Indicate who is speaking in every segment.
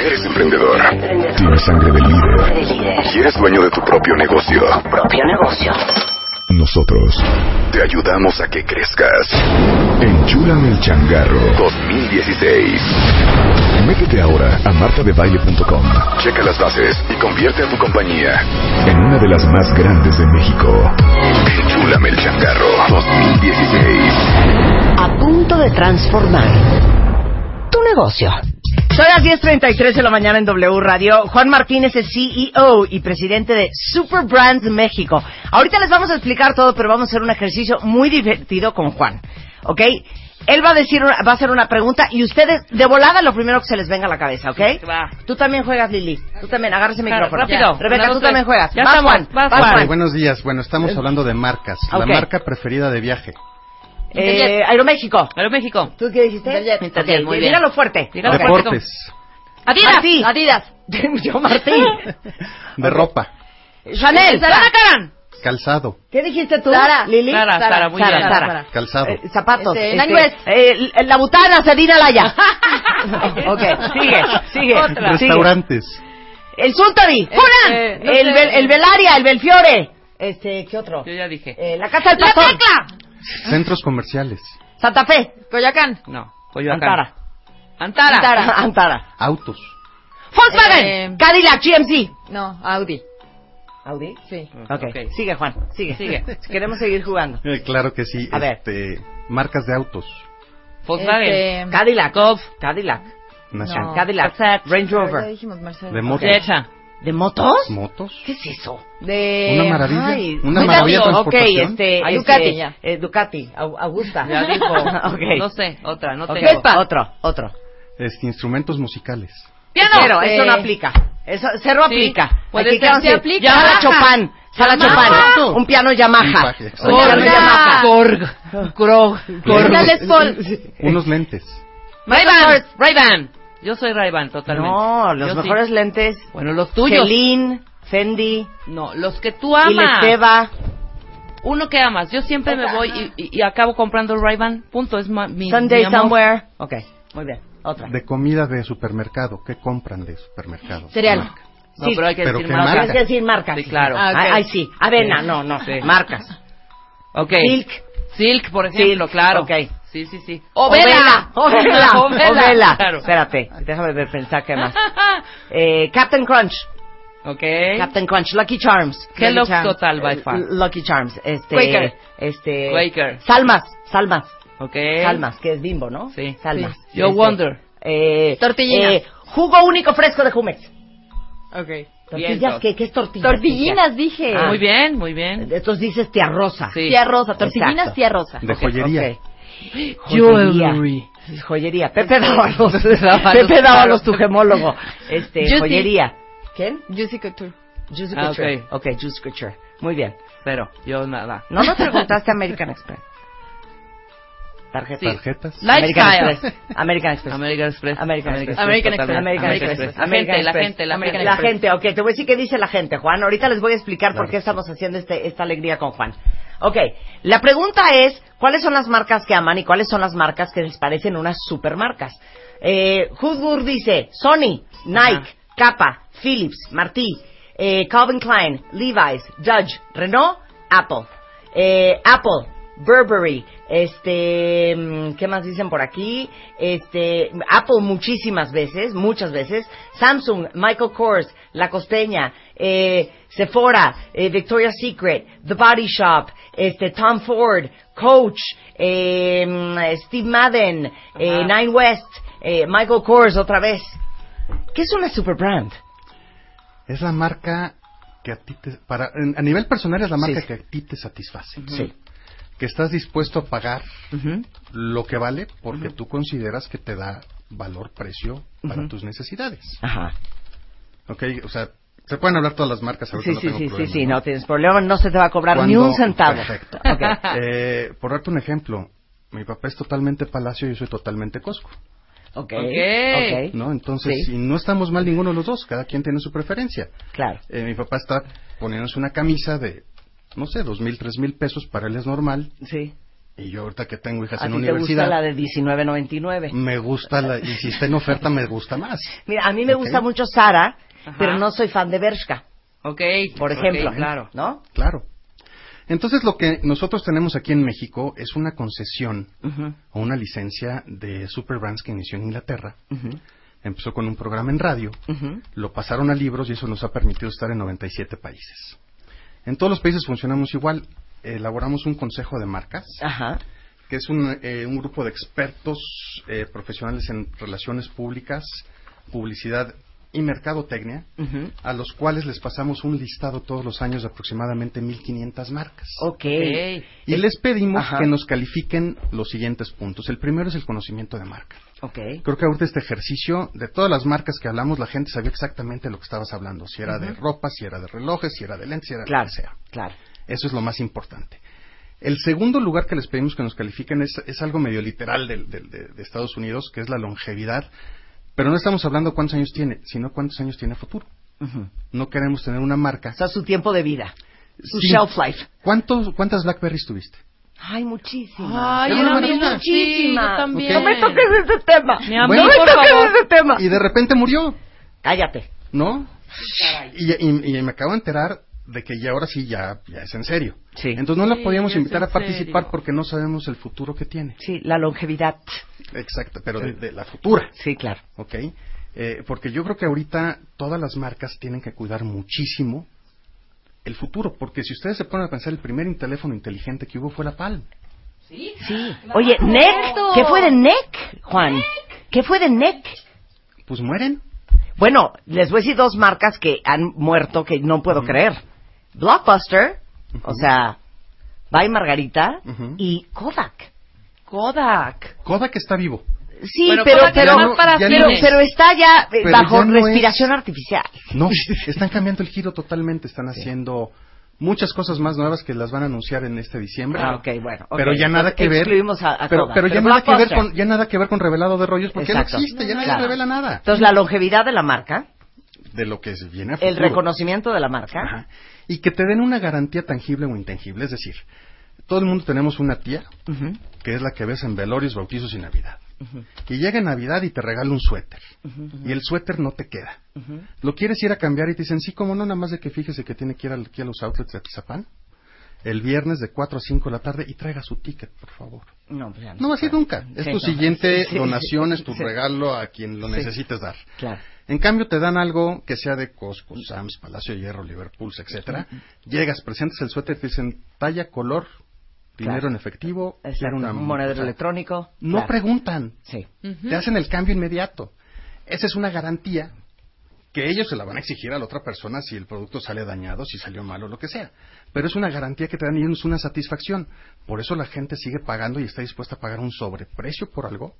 Speaker 1: Eres emprendedor. Tienes sangre de líder. Y eres dueño de tu propio negocio.
Speaker 2: propio negocio.
Speaker 1: Nosotros te ayudamos a que crezcas. Enchulan el changarro 2016. Métete ahora a martadebaile.com. Checa las bases y convierte a tu compañía en una de las más grandes de México. Enchúlame el changarro 2016.
Speaker 2: A punto de transformar tu negocio.
Speaker 3: Son las 10.33 de la mañana en W Radio. Juan Martínez es CEO y presidente de Super Brands México. Ahorita les vamos a explicar todo, pero vamos a hacer un ejercicio muy divertido con Juan. ¿Ok? Él va a decir, va a hacer una pregunta y ustedes, de volada, lo primero que se les venga a la cabeza, ¿ok? Tú también juegas, Lili. Tú también, agarra ese
Speaker 4: Claro,
Speaker 3: micrófono.
Speaker 4: rápido.
Speaker 3: Rebeca,
Speaker 4: Uno, dos,
Speaker 3: tú
Speaker 4: tres.
Speaker 3: también juegas.
Speaker 4: Ya
Speaker 3: Vas,
Speaker 4: estamos.
Speaker 3: Juan.
Speaker 4: Vas,
Speaker 3: Vas,
Speaker 4: Juan.
Speaker 3: Juan.
Speaker 5: buenos días. Bueno, estamos hablando de marcas.
Speaker 3: Ok.
Speaker 5: La marca preferida de viaje.
Speaker 3: Eh, Aeroméxico.
Speaker 4: Aeroméxico.
Speaker 3: ¿Tú qué dijiste?
Speaker 4: Interjet. Interjet, muy bien.
Speaker 3: Dígalo fuerte.
Speaker 4: Dígalo
Speaker 3: Ok.
Speaker 4: fuerte.
Speaker 5: Deportes.
Speaker 4: Adidas.
Speaker 3: Martí.
Speaker 4: Adidas.
Speaker 3: Yo, Martín.
Speaker 5: De ropa.
Speaker 3: Chanel.
Speaker 4: Sara Karan.
Speaker 5: Calzado.
Speaker 3: ¿Qué dijiste tú,
Speaker 6: Sara.
Speaker 3: Lili?
Speaker 4: Sara, Sara, muy
Speaker 3: Sara,
Speaker 4: bien.
Speaker 3: Sara.
Speaker 4: Sara.
Speaker 5: Calzado.
Speaker 3: Eh, zapatos. este,
Speaker 6: Este, Nangüez.
Speaker 3: eh, la butana, Sedina Laya. ok, sigue, sigue.
Speaker 4: Otra.
Speaker 3: sigue.
Speaker 5: Restaurantes.
Speaker 3: El Sultari.
Speaker 4: Fulan.
Speaker 3: Eh,
Speaker 4: no
Speaker 3: el,
Speaker 4: sé.
Speaker 3: Bel- el Belaria, el Belfiore. Este, ¿qué otro?
Speaker 4: Yo ya dije.
Speaker 3: Eh, la Casa del
Speaker 4: La
Speaker 3: Pastor.
Speaker 4: Tecla.
Speaker 5: Centros comerciales.
Speaker 3: Santa Fe.
Speaker 6: Coyoacán.
Speaker 4: No. Coyoacán.
Speaker 3: Antara.
Speaker 4: Antara.
Speaker 6: Antara.
Speaker 3: Antara.
Speaker 5: Autos.
Speaker 3: Volkswagen.
Speaker 6: Eh,
Speaker 3: Cadillac, GMC.
Speaker 6: No, Audi.
Speaker 3: Audi.
Speaker 6: Sí.
Speaker 3: Ok,
Speaker 4: Ok.
Speaker 3: sigue, Juan. Sigue,
Speaker 4: Sigue.
Speaker 3: Queremos seguir jugando.
Speaker 5: Eh, claro que sí.
Speaker 3: A ver.
Speaker 5: este, Marcas de autos.
Speaker 4: Volkswagen.
Speaker 6: Este,
Speaker 3: Cadillac. Golf. Cadillac.
Speaker 5: Nacional.
Speaker 3: Cadillac.
Speaker 4: Passat.
Speaker 3: Range
Speaker 6: Ya
Speaker 3: Rover.
Speaker 6: dijimos Mercedes.
Speaker 5: De motos.
Speaker 4: Derecha.
Speaker 3: ¿De motos?
Speaker 5: Motos.
Speaker 3: ¿Qué es eso?
Speaker 6: De...
Speaker 5: Una maravilla.
Speaker 3: Eh, Ay,
Speaker 5: una
Speaker 3: muy
Speaker 5: maravilla de
Speaker 3: rápido. Ok,
Speaker 5: transportación.
Speaker 3: este,
Speaker 6: Ay,
Speaker 3: Ducati,
Speaker 6: sí, ya.
Speaker 3: eh, Ducati, Au- Augusta.
Speaker 4: Ya dijo.
Speaker 3: Ok.
Speaker 4: No sé. Otra. No
Speaker 3: Ok,
Speaker 4: tengo.
Speaker 3: Otro, otro.
Speaker 5: Este, instrumentos musicales.
Speaker 4: Piano.
Speaker 3: Pero
Speaker 6: eh,
Speaker 3: eso no aplica. Eso cero
Speaker 4: Sí.
Speaker 3: aplica.
Speaker 4: Puede
Speaker 3: Aquí
Speaker 4: ser,
Speaker 3: queremos
Speaker 4: sí
Speaker 3: decir,
Speaker 4: aplica.
Speaker 3: Sala
Speaker 4: Yamaha.
Speaker 3: Chopin, Sala
Speaker 4: Yamaha.
Speaker 3: Chopin, un piano Yamaha.
Speaker 5: Yamaha.
Speaker 3: Un piano
Speaker 6: Gorda.
Speaker 3: Yamaha.
Speaker 4: Korg. Krog. Korg.
Speaker 6: Una Les Paul.
Speaker 5: Unos lentes.
Speaker 4: Ray-Ban. Ray-Ban. Yo soy Ray-Ban totalmente.
Speaker 3: No, los
Speaker 4: Yo sí.
Speaker 3: mejores lentes.
Speaker 4: Bueno, los tuyos.
Speaker 3: Celine, Fendi,
Speaker 4: No, los que tú amas.
Speaker 3: Ileseva.
Speaker 4: Uno que amas. Yo siempre me voy y, y- y acabo comprando el Ray-Ban. Punto. Es ma- mi, mi
Speaker 3: Sunday
Speaker 4: amor.
Speaker 3: Somewhere. Ok, muy bien. Otra.
Speaker 5: De comida de supermercado. ¿Qué compran de supermercado?
Speaker 6: Cereal.
Speaker 4: No,
Speaker 3: Sí,
Speaker 4: pero hay que
Speaker 5: pero
Speaker 4: decir
Speaker 5: qué
Speaker 4: marca.
Speaker 3: Tienes que decir marcas.
Speaker 4: Sí, claro.
Speaker 6: Ah, ok.
Speaker 3: Ay, ay, sí. Avena, no, no.
Speaker 4: Sí.
Speaker 3: Marcas.
Speaker 4: Ok.
Speaker 3: Silk.
Speaker 4: Silk, por ejemplo,
Speaker 3: Silk,
Speaker 4: claro.
Speaker 3: ok.
Speaker 4: Sí, sí, sí.
Speaker 3: Ovela, Ovela, Ovela.
Speaker 4: Claro.
Speaker 3: Espérate, déjame ver, pensar qué más. Eh, Captain Crunch,
Speaker 4: ok.
Speaker 3: Captain Crunch, Lucky Charms.
Speaker 4: Kellogg's
Speaker 3: Lucky Charms,
Speaker 4: Total by
Speaker 3: eh,
Speaker 4: far.
Speaker 3: Lucky Charms, este.
Speaker 4: Quaker.
Speaker 3: Este.
Speaker 4: Quaker.
Speaker 3: Salmas, Salmas,
Speaker 4: Ok.
Speaker 3: Salmas, que es bimbo, ¿no?
Speaker 4: Sí.
Speaker 3: Salmas. Este,
Speaker 4: Sí. Yo Wonder.
Speaker 3: Eh,
Speaker 6: Tortillina.
Speaker 3: eh, jugo único fresco de Jumex.
Speaker 6: Ok.
Speaker 3: ¿Tortillas
Speaker 4: Vientos.
Speaker 3: qué? ¿Qué es tortillas?
Speaker 6: Tortillinas, dije.
Speaker 3: Ah.
Speaker 4: Muy bien, muy bien.
Speaker 3: Entonces dices tía Rosa.
Speaker 4: Sí.
Speaker 6: Tía Rosa. Tortillinas,
Speaker 3: Exacto.
Speaker 6: tía Rosa.
Speaker 5: De joyería.
Speaker 3: Ok. Joyería. Joyería. Pepe Dávalos.
Speaker 4: Pepe Dávalos,
Speaker 3: Pepe Dávalos,
Speaker 4: claro.
Speaker 3: tu gemólogo. Este,
Speaker 6: Juicy.
Speaker 3: joyería. ¿Quién?
Speaker 6: Juicy Couture.
Speaker 3: Juice
Speaker 4: Ah,
Speaker 3: Couture. ok, Juice Couture. Muy bien.
Speaker 4: Pero yo nada.
Speaker 3: No me preguntaste American Express. Tarjeta.
Speaker 4: Sí.
Speaker 5: Tarjetas.
Speaker 3: American
Speaker 4: Lifestyle.
Speaker 3: Express. American Express.
Speaker 4: American Express.
Speaker 3: American Express.
Speaker 6: American
Speaker 4: totalmente.
Speaker 3: American Express.
Speaker 4: La
Speaker 3: American
Speaker 4: gente, la
Speaker 3: Express.
Speaker 4: gente, la
Speaker 6: American
Speaker 4: gente.
Speaker 3: La gente, ok, te voy a decir qué dice la gente, Juan. Ahorita les voy a explicar por qué estamos haciendo este, esta alegría con Juan. Ok, la pregunta es, ¿cuáles son las marcas que aman y cuáles son las marcas que les parecen unas supermarcas? Eh, Hudgur dice, Sony,
Speaker 4: Ajá.
Speaker 3: Nike, Kappa, Philips, Martí, eh, Calvin Klein, Levi's, Judge, Renault, Apple. Eh, Apple, Burberry, este, mm, ¿qué más dicen por aquí? Este, Apple muchísimas veces, muchas veces. Samsung, Michael Kors, La Costeña, eh, Sephora, eh, Victoria's Secret, The Body Shop, este, Tom Ford, Coach, eh, mm, Steve Madden, eh, Nine West, eh, Michael Kors otra vez. ¿Qué es una super brand?
Speaker 5: Es la marca que a ti te, para, en- a nivel personal es la marca
Speaker 3: Sí.
Speaker 5: que a ti te satisface.
Speaker 3: Sí.
Speaker 5: Que estás dispuesto a pagar
Speaker 3: Ujú.
Speaker 5: lo que vale porque tú consideras que te da valor-precio para
Speaker 3: Ujú.
Speaker 5: tus necesidades.
Speaker 3: Ajá.
Speaker 5: ¿Ok? O sea, se pueden hablar todas las marcas, ahorita
Speaker 3: Sí,
Speaker 5: no
Speaker 3: sí,
Speaker 5: tengo
Speaker 3: sí, sí,
Speaker 5: problema,
Speaker 3: sí, no tienes problema, no se te va a cobrar ni
Speaker 5: Cuando-
Speaker 3: un centavo.
Speaker 5: Perfecto.
Speaker 3: Ok.
Speaker 5: Eh, por darte un ejemplo, mi papá es totalmente Palacio y yo soy totalmente Costco,
Speaker 4: Ok.
Speaker 3: Ok. Ok.
Speaker 5: ¿no? Entonces,
Speaker 3: Sí.
Speaker 5: si no estamos mal ninguno de los dos, cada quien tiene su preferencia.
Speaker 3: Claro.
Speaker 5: Eh, mi papá está poniéndose una camisa de, no sé, dos mil, tres mil pesos, para él es normal,
Speaker 3: Sí.
Speaker 5: y yo ahorita que tengo hijas
Speaker 3: A
Speaker 5: en
Speaker 3: ti te gusta
Speaker 5: universidad, Mm.
Speaker 3: la de 19.99.
Speaker 5: me gusta la, y si está en oferta, me gusta más.
Speaker 3: Mira, a mí me
Speaker 5: Ok.
Speaker 3: gusta mucho Sara,
Speaker 4: Ajá.
Speaker 3: pero no soy fan de Bershka,
Speaker 4: Ok.
Speaker 3: por
Speaker 4: ok,
Speaker 3: ejemplo.
Speaker 4: claro.
Speaker 3: ¿No?
Speaker 5: Claro. Entonces, lo que nosotros tenemos aquí en México es una concesión
Speaker 3: Ujú,
Speaker 5: o una licencia de Superbrands que inició en Inglaterra.
Speaker 3: ujú,
Speaker 5: Empezó con un programa en radio,
Speaker 3: ujú.
Speaker 5: lo pasaron a libros y eso nos ha permitido estar en 97 países. En todos los países funcionamos igual. Elaboramos un consejo de marcas,
Speaker 3: Ajá.
Speaker 5: que es un, eh, un grupo de expertos eh, profesionales en relaciones públicas, publicidad y mercadotecnia,
Speaker 3: ujú.
Speaker 5: a los cuales les pasamos un listado todos los años de aproximadamente 1.500 marcas.
Speaker 3: Ok.
Speaker 4: Ok.
Speaker 5: Y les pedimos
Speaker 3: Ajá.
Speaker 5: que nos califiquen los siguientes puntos. El primero es el conocimiento de marca.
Speaker 3: Ok.
Speaker 5: Creo que ahorita este ejercicio, de todas las marcas que hablamos, la gente sabía exactamente lo que estabas hablando. Si era de ropa, si era de relojes, si era de lentes, si era de lo
Speaker 3: Claro,
Speaker 5: que sea.
Speaker 3: claro.
Speaker 5: Eso es lo más importante. El segundo lugar que les pedimos que nos califiquen es, es algo medio literal del- del- de, de Estados Unidos, que es la longevidad. Pero no estamos hablando cuántos años tiene, sino cuántos años tiene a futuro.
Speaker 3: Ujú.
Speaker 5: No queremos tener una marca.
Speaker 3: O sea, su tiempo de vida, su
Speaker 5: Sí.
Speaker 3: shelf life.
Speaker 5: ¿Cuántos, ¿Cuántas Blackberries tuviste?
Speaker 3: Ay, muchísimas.
Speaker 4: Ay,
Speaker 5: Yo
Speaker 4: yo
Speaker 5: también,
Speaker 4: también, sí, yo
Speaker 3: muchísimas.
Speaker 4: también.
Speaker 3: No me toques ese tema.
Speaker 4: Ni a
Speaker 3: no
Speaker 4: mí,
Speaker 3: me
Speaker 4: por
Speaker 3: toques
Speaker 4: favor.
Speaker 3: ese tema.
Speaker 5: Y de repente murió.
Speaker 3: Cállate.
Speaker 5: ¿no? Y, y- y me acabo de enterar de que ya ahora sí ya, ya es en serio.
Speaker 3: Sí.
Speaker 5: Entonces no la
Speaker 4: Sí,
Speaker 5: podíamos
Speaker 4: ya es
Speaker 5: invitar
Speaker 4: en
Speaker 5: a participar
Speaker 4: serio.
Speaker 5: porque no sabemos el futuro que tiene.
Speaker 3: Sí, la longevidad.
Speaker 5: Exacto, pero de, de la futura,
Speaker 3: Sí, claro.
Speaker 5: ¿ok? Eh, porque yo creo que ahorita todas las marcas tienen que cuidar muchísimo el futuro, porque si ustedes se ponen a pensar, el primer teléfono inteligente que hubo fue la Palm.
Speaker 3: Sí. Oye, Neck. ¿Qué fue de Neck, Juan? ¿Qué fue de Neck?
Speaker 5: Pues mueren.
Speaker 3: Bueno, les voy a decir dos marcas que han muerto que no puedo
Speaker 5: Ujú.
Speaker 3: creer. Blockbuster, o
Speaker 5: Ujú.
Speaker 3: sea, By Margarita
Speaker 5: Ujú.
Speaker 3: y Kodak.
Speaker 4: Kodak.
Speaker 5: Kodak está vivo.
Speaker 3: Sí,
Speaker 4: Bueno,
Speaker 3: pero
Speaker 4: Kodak
Speaker 3: pero,
Speaker 4: era más para
Speaker 3: pero,
Speaker 4: cine.
Speaker 3: pero está ya eh,
Speaker 5: Pero
Speaker 3: bajo
Speaker 5: ya no es-
Speaker 3: respiración artificial.
Speaker 5: No, están cambiando el giro totalmente, están haciendo muchas cosas más nuevas que las van a anunciar en este diciembre.
Speaker 3: Ah, ok, bueno, ok.
Speaker 5: Pero ya nada que ver.
Speaker 3: Excluimos a- a
Speaker 5: pero,
Speaker 3: Kodak,
Speaker 5: pero ya
Speaker 3: pero
Speaker 5: nada que ver
Speaker 3: Blockbuster.
Speaker 5: con ya nada que ver con revelado de rollos porque
Speaker 3: Exacto.
Speaker 5: no existe, ya nadie
Speaker 3: Claro.
Speaker 5: revela nada
Speaker 3: Entonces, la longevidad de la marca,
Speaker 5: de lo que es- viene a
Speaker 3: el
Speaker 5: futuro.
Speaker 3: reconocimiento de la marca.
Speaker 5: Ajá. Y que te den una garantía tangible o intangible, es decir, todo el mundo tenemos una tía
Speaker 3: Ujú,
Speaker 5: que es la que ves en velorios, bautizos y Navidad. Y llega Navidad y te regala un suéter. Y el suéter no te queda.
Speaker 3: ujú.
Speaker 5: Lo quieres ir a cambiar y te dicen, sí, como no, nada más de que fíjese que tiene que ir al- aquí a los outlets de Atizapán el viernes de 4 a 5 de la tarde y traiga su ticket, por favor.
Speaker 3: No, pues ya
Speaker 5: No va a ir nunca. Es
Speaker 3: Sí,
Speaker 5: tu
Speaker 3: no.
Speaker 5: siguiente
Speaker 3: Sí, sí,
Speaker 5: donación,
Speaker 3: sí,
Speaker 5: es tu
Speaker 3: sí.
Speaker 5: regalo a quien lo necesites dar.
Speaker 3: Claro.
Speaker 5: En cambio, te dan algo que sea de Costco,
Speaker 3: Mm.
Speaker 5: Sam's, Palacio de Hierro, Liverpool, etcétera. Llegas, presentas el suéter, te dicen talla, color, dinero
Speaker 3: Claro.
Speaker 5: en efectivo,
Speaker 3: Exacto,
Speaker 5: quiero una
Speaker 3: un monedero
Speaker 5: moneda.
Speaker 3: electrónico.
Speaker 5: No
Speaker 3: claro.
Speaker 5: preguntan.
Speaker 3: Sí.
Speaker 5: Te hacen el cambio inmediato. Esa es una garantía que ellos se la van a exigir a la otra persona si el producto sale dañado, si salió malo, lo que sea. Pero es una garantía que te dan y es una satisfacción. Por eso la gente sigue pagando y está dispuesta a pagar un sobreprecio por algo,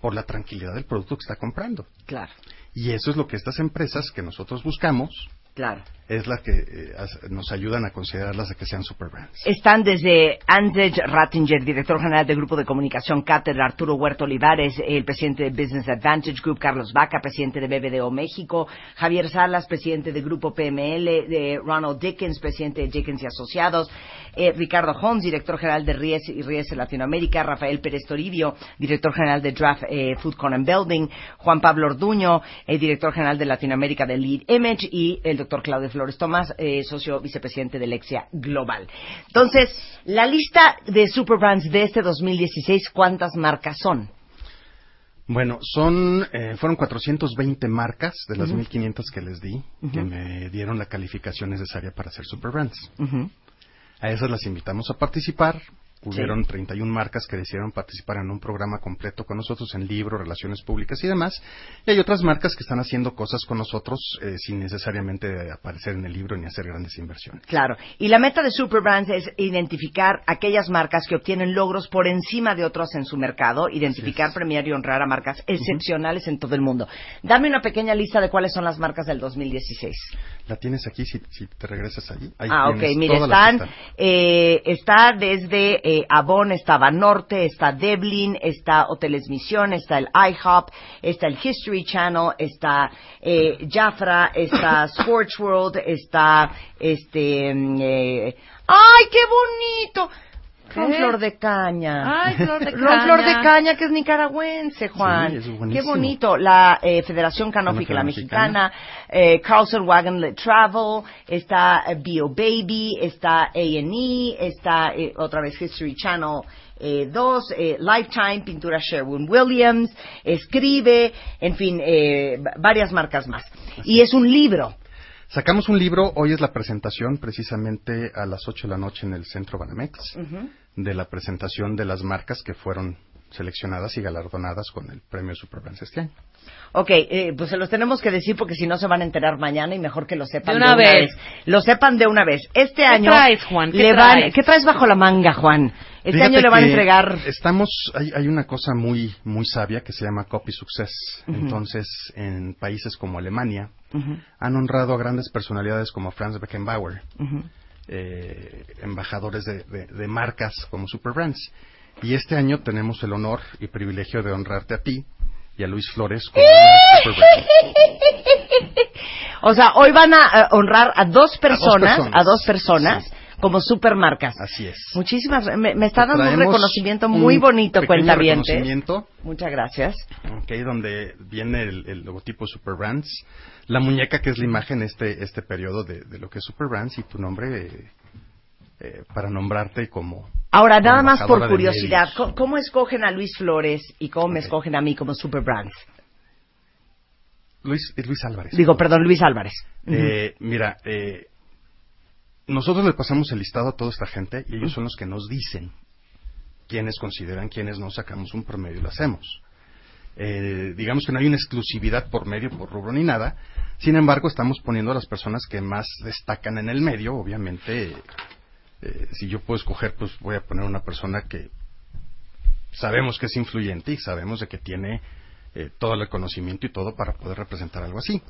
Speaker 5: por la tranquilidad del producto que está comprando.
Speaker 3: Claro,
Speaker 5: Y eso es lo que estas empresas que nosotros buscamos
Speaker 3: claro.
Speaker 5: es las que eh, as- nos ayudan a considerarlas a que sean superbrands.
Speaker 3: Están desde Andrzej Rattinger, director general del Grupo de Comunicación Cátedra, Arturo Huerto Olivares, el presidente de Business Advantage Group, Carlos Vaca, presidente de BBDO México, Javier Salas, presidente del Grupo PML, de Ronald Dickens, presidente de Dickens y Asociados, eh, Ricardo Holmes, director general de Ries y Ries Latinoamérica, Rafael Pérez Toribio, director general de Draft eh, Food Con and Building, Juan Pablo Orduño, el director general de Latinoamérica de Lead Image y el doctor Claudio Flores Tomás, eh, socio vicepresidente de Lexia Global. Entonces, la lista de Superbrands de este 2016, ¿cuántas marcas son?
Speaker 5: Bueno, son eh, fueron 420 marcas de las 1500 que les di que me dieron la calificación necesaria para ser superbrands.
Speaker 3: Ujú.
Speaker 5: A esas las invitamos a participar. Hubieron 31 marcas que decidieron participar en un programa completo con nosotros en libro, relaciones públicas y demás. Y hay otras marcas que están haciendo cosas con nosotros eh, sin necesariamente aparecer en el libro ni hacer grandes inversiones.
Speaker 3: Claro. Y la meta de Superbrands es identificar aquellas marcas que obtienen logros por encima de otras en su mercado, identificar, premiar y honrar a marcas excepcionales en todo el mundo. Dame una pequeña lista de cuáles son las marcas del 2016.
Speaker 5: La tienes aquí si, si te regresas allí. Ahí
Speaker 3: ah, ok.
Speaker 5: tienes
Speaker 3: Mira,
Speaker 5: todas las que
Speaker 3: están, eh, está desde eh, Avon, está Banorte, está Devlin, está Hoteles Misión, está el iHop, está el History Channel, está eh, Jafra, está Sports World, está este... mm, eh, ¡Ay, qué bonito! Ron
Speaker 4: ¿Qué?
Speaker 3: Flor de Caña.
Speaker 4: Ay, Flor de
Speaker 3: Ron Flor de
Speaker 4: Caña.
Speaker 3: Caña, que es nicaragüense, Juan.
Speaker 5: Sí, es
Speaker 3: qué
Speaker 5: buenísimo.
Speaker 3: bonito. La eh, Federación Canófila
Speaker 5: Canófila
Speaker 3: Mexicana, eh, Carlson Wagon Le- Travel, está eh, Bio Baby, está A&E, está eh, otra vez History Channel 2, Lifetime, Pintura Sherwin-Williams, Escribe, en fin, eh, va- varias marcas más. Y es un libro.
Speaker 5: Sacamos un libro, hoy es la presentación precisamente a las 8 de la noche en el Centro Banamex,
Speaker 3: Mm.
Speaker 5: de la presentación de las marcas que fueron seleccionadas y galardonadas con el premio Superbrands este año.
Speaker 3: Ok, eh, pues se los tenemos que decir porque si no se van a enterar mañana y mejor que lo sepan de
Speaker 4: De
Speaker 3: una,
Speaker 4: una
Speaker 3: vez.
Speaker 4: vez.
Speaker 3: Lo sepan de una vez. Este año.
Speaker 4: traes, Juan? ¿Qué
Speaker 3: le van-
Speaker 4: traes?
Speaker 3: ¿Qué traes bajo la manga, Juan? Este
Speaker 5: Fíjate
Speaker 3: año le van a
Speaker 5: que
Speaker 3: entregar.
Speaker 5: Estamos, hay, hay una cosa muy, muy sabia que se llama copy success. Entonces, en países como Alemania, han honrado a grandes personalidades como Franz Beckenbauer, eh, embajadores de, de- de marcas como Superbrands. Y este año tenemos el honor y privilegio de honrarte a ti y a Luis Flores
Speaker 3: ¡Eh!
Speaker 5: como Superbrand.
Speaker 3: O sea, hoy van a eh, honrar a dos personas,
Speaker 5: personas.
Speaker 3: a dos personas, como supermarcas.
Speaker 5: Así es.
Speaker 3: Muchísimas, me, me está dando un
Speaker 5: Traemos
Speaker 3: reconocimiento muy
Speaker 5: un
Speaker 3: bonito,
Speaker 5: pequeño
Speaker 3: cuentavientes.
Speaker 5: reconocimiento
Speaker 3: Muchas gracias.
Speaker 5: Ok, donde viene el, el logotipo Superbrands, la muñeca que es la imagen este este periodo de, de lo que es Superbrands y tu nombre eh, eh, para nombrarte como
Speaker 3: Ahora, nada
Speaker 5: como
Speaker 3: más por
Speaker 5: embajadora de
Speaker 3: curiosidad,
Speaker 5: medios.
Speaker 3: ¿cómo, cómo escogen a Luis Flores y cómo me escogen a mí como Superbrands?
Speaker 5: Luis eh, Luis Álvarez.
Speaker 3: Digo, perdón, Luis Álvarez.
Speaker 5: Eh, mira, eh, nosotros le pasamos el listado a toda esta gente y ellos son los que nos dicen quiénes consideran, quiénes no sacamos un promedio y lo hacemos. Eh, digamos que no hay una exclusividad por medio, por rubro ni nada. Sin embargo, estamos poniendo a las personas que más destacan en el medio. Obviamente, eh, si yo puedo escoger, pues voy a poner una persona que sabemos que es influyente y sabemos de que tiene eh, todo el conocimiento y todo para poder representar algo así.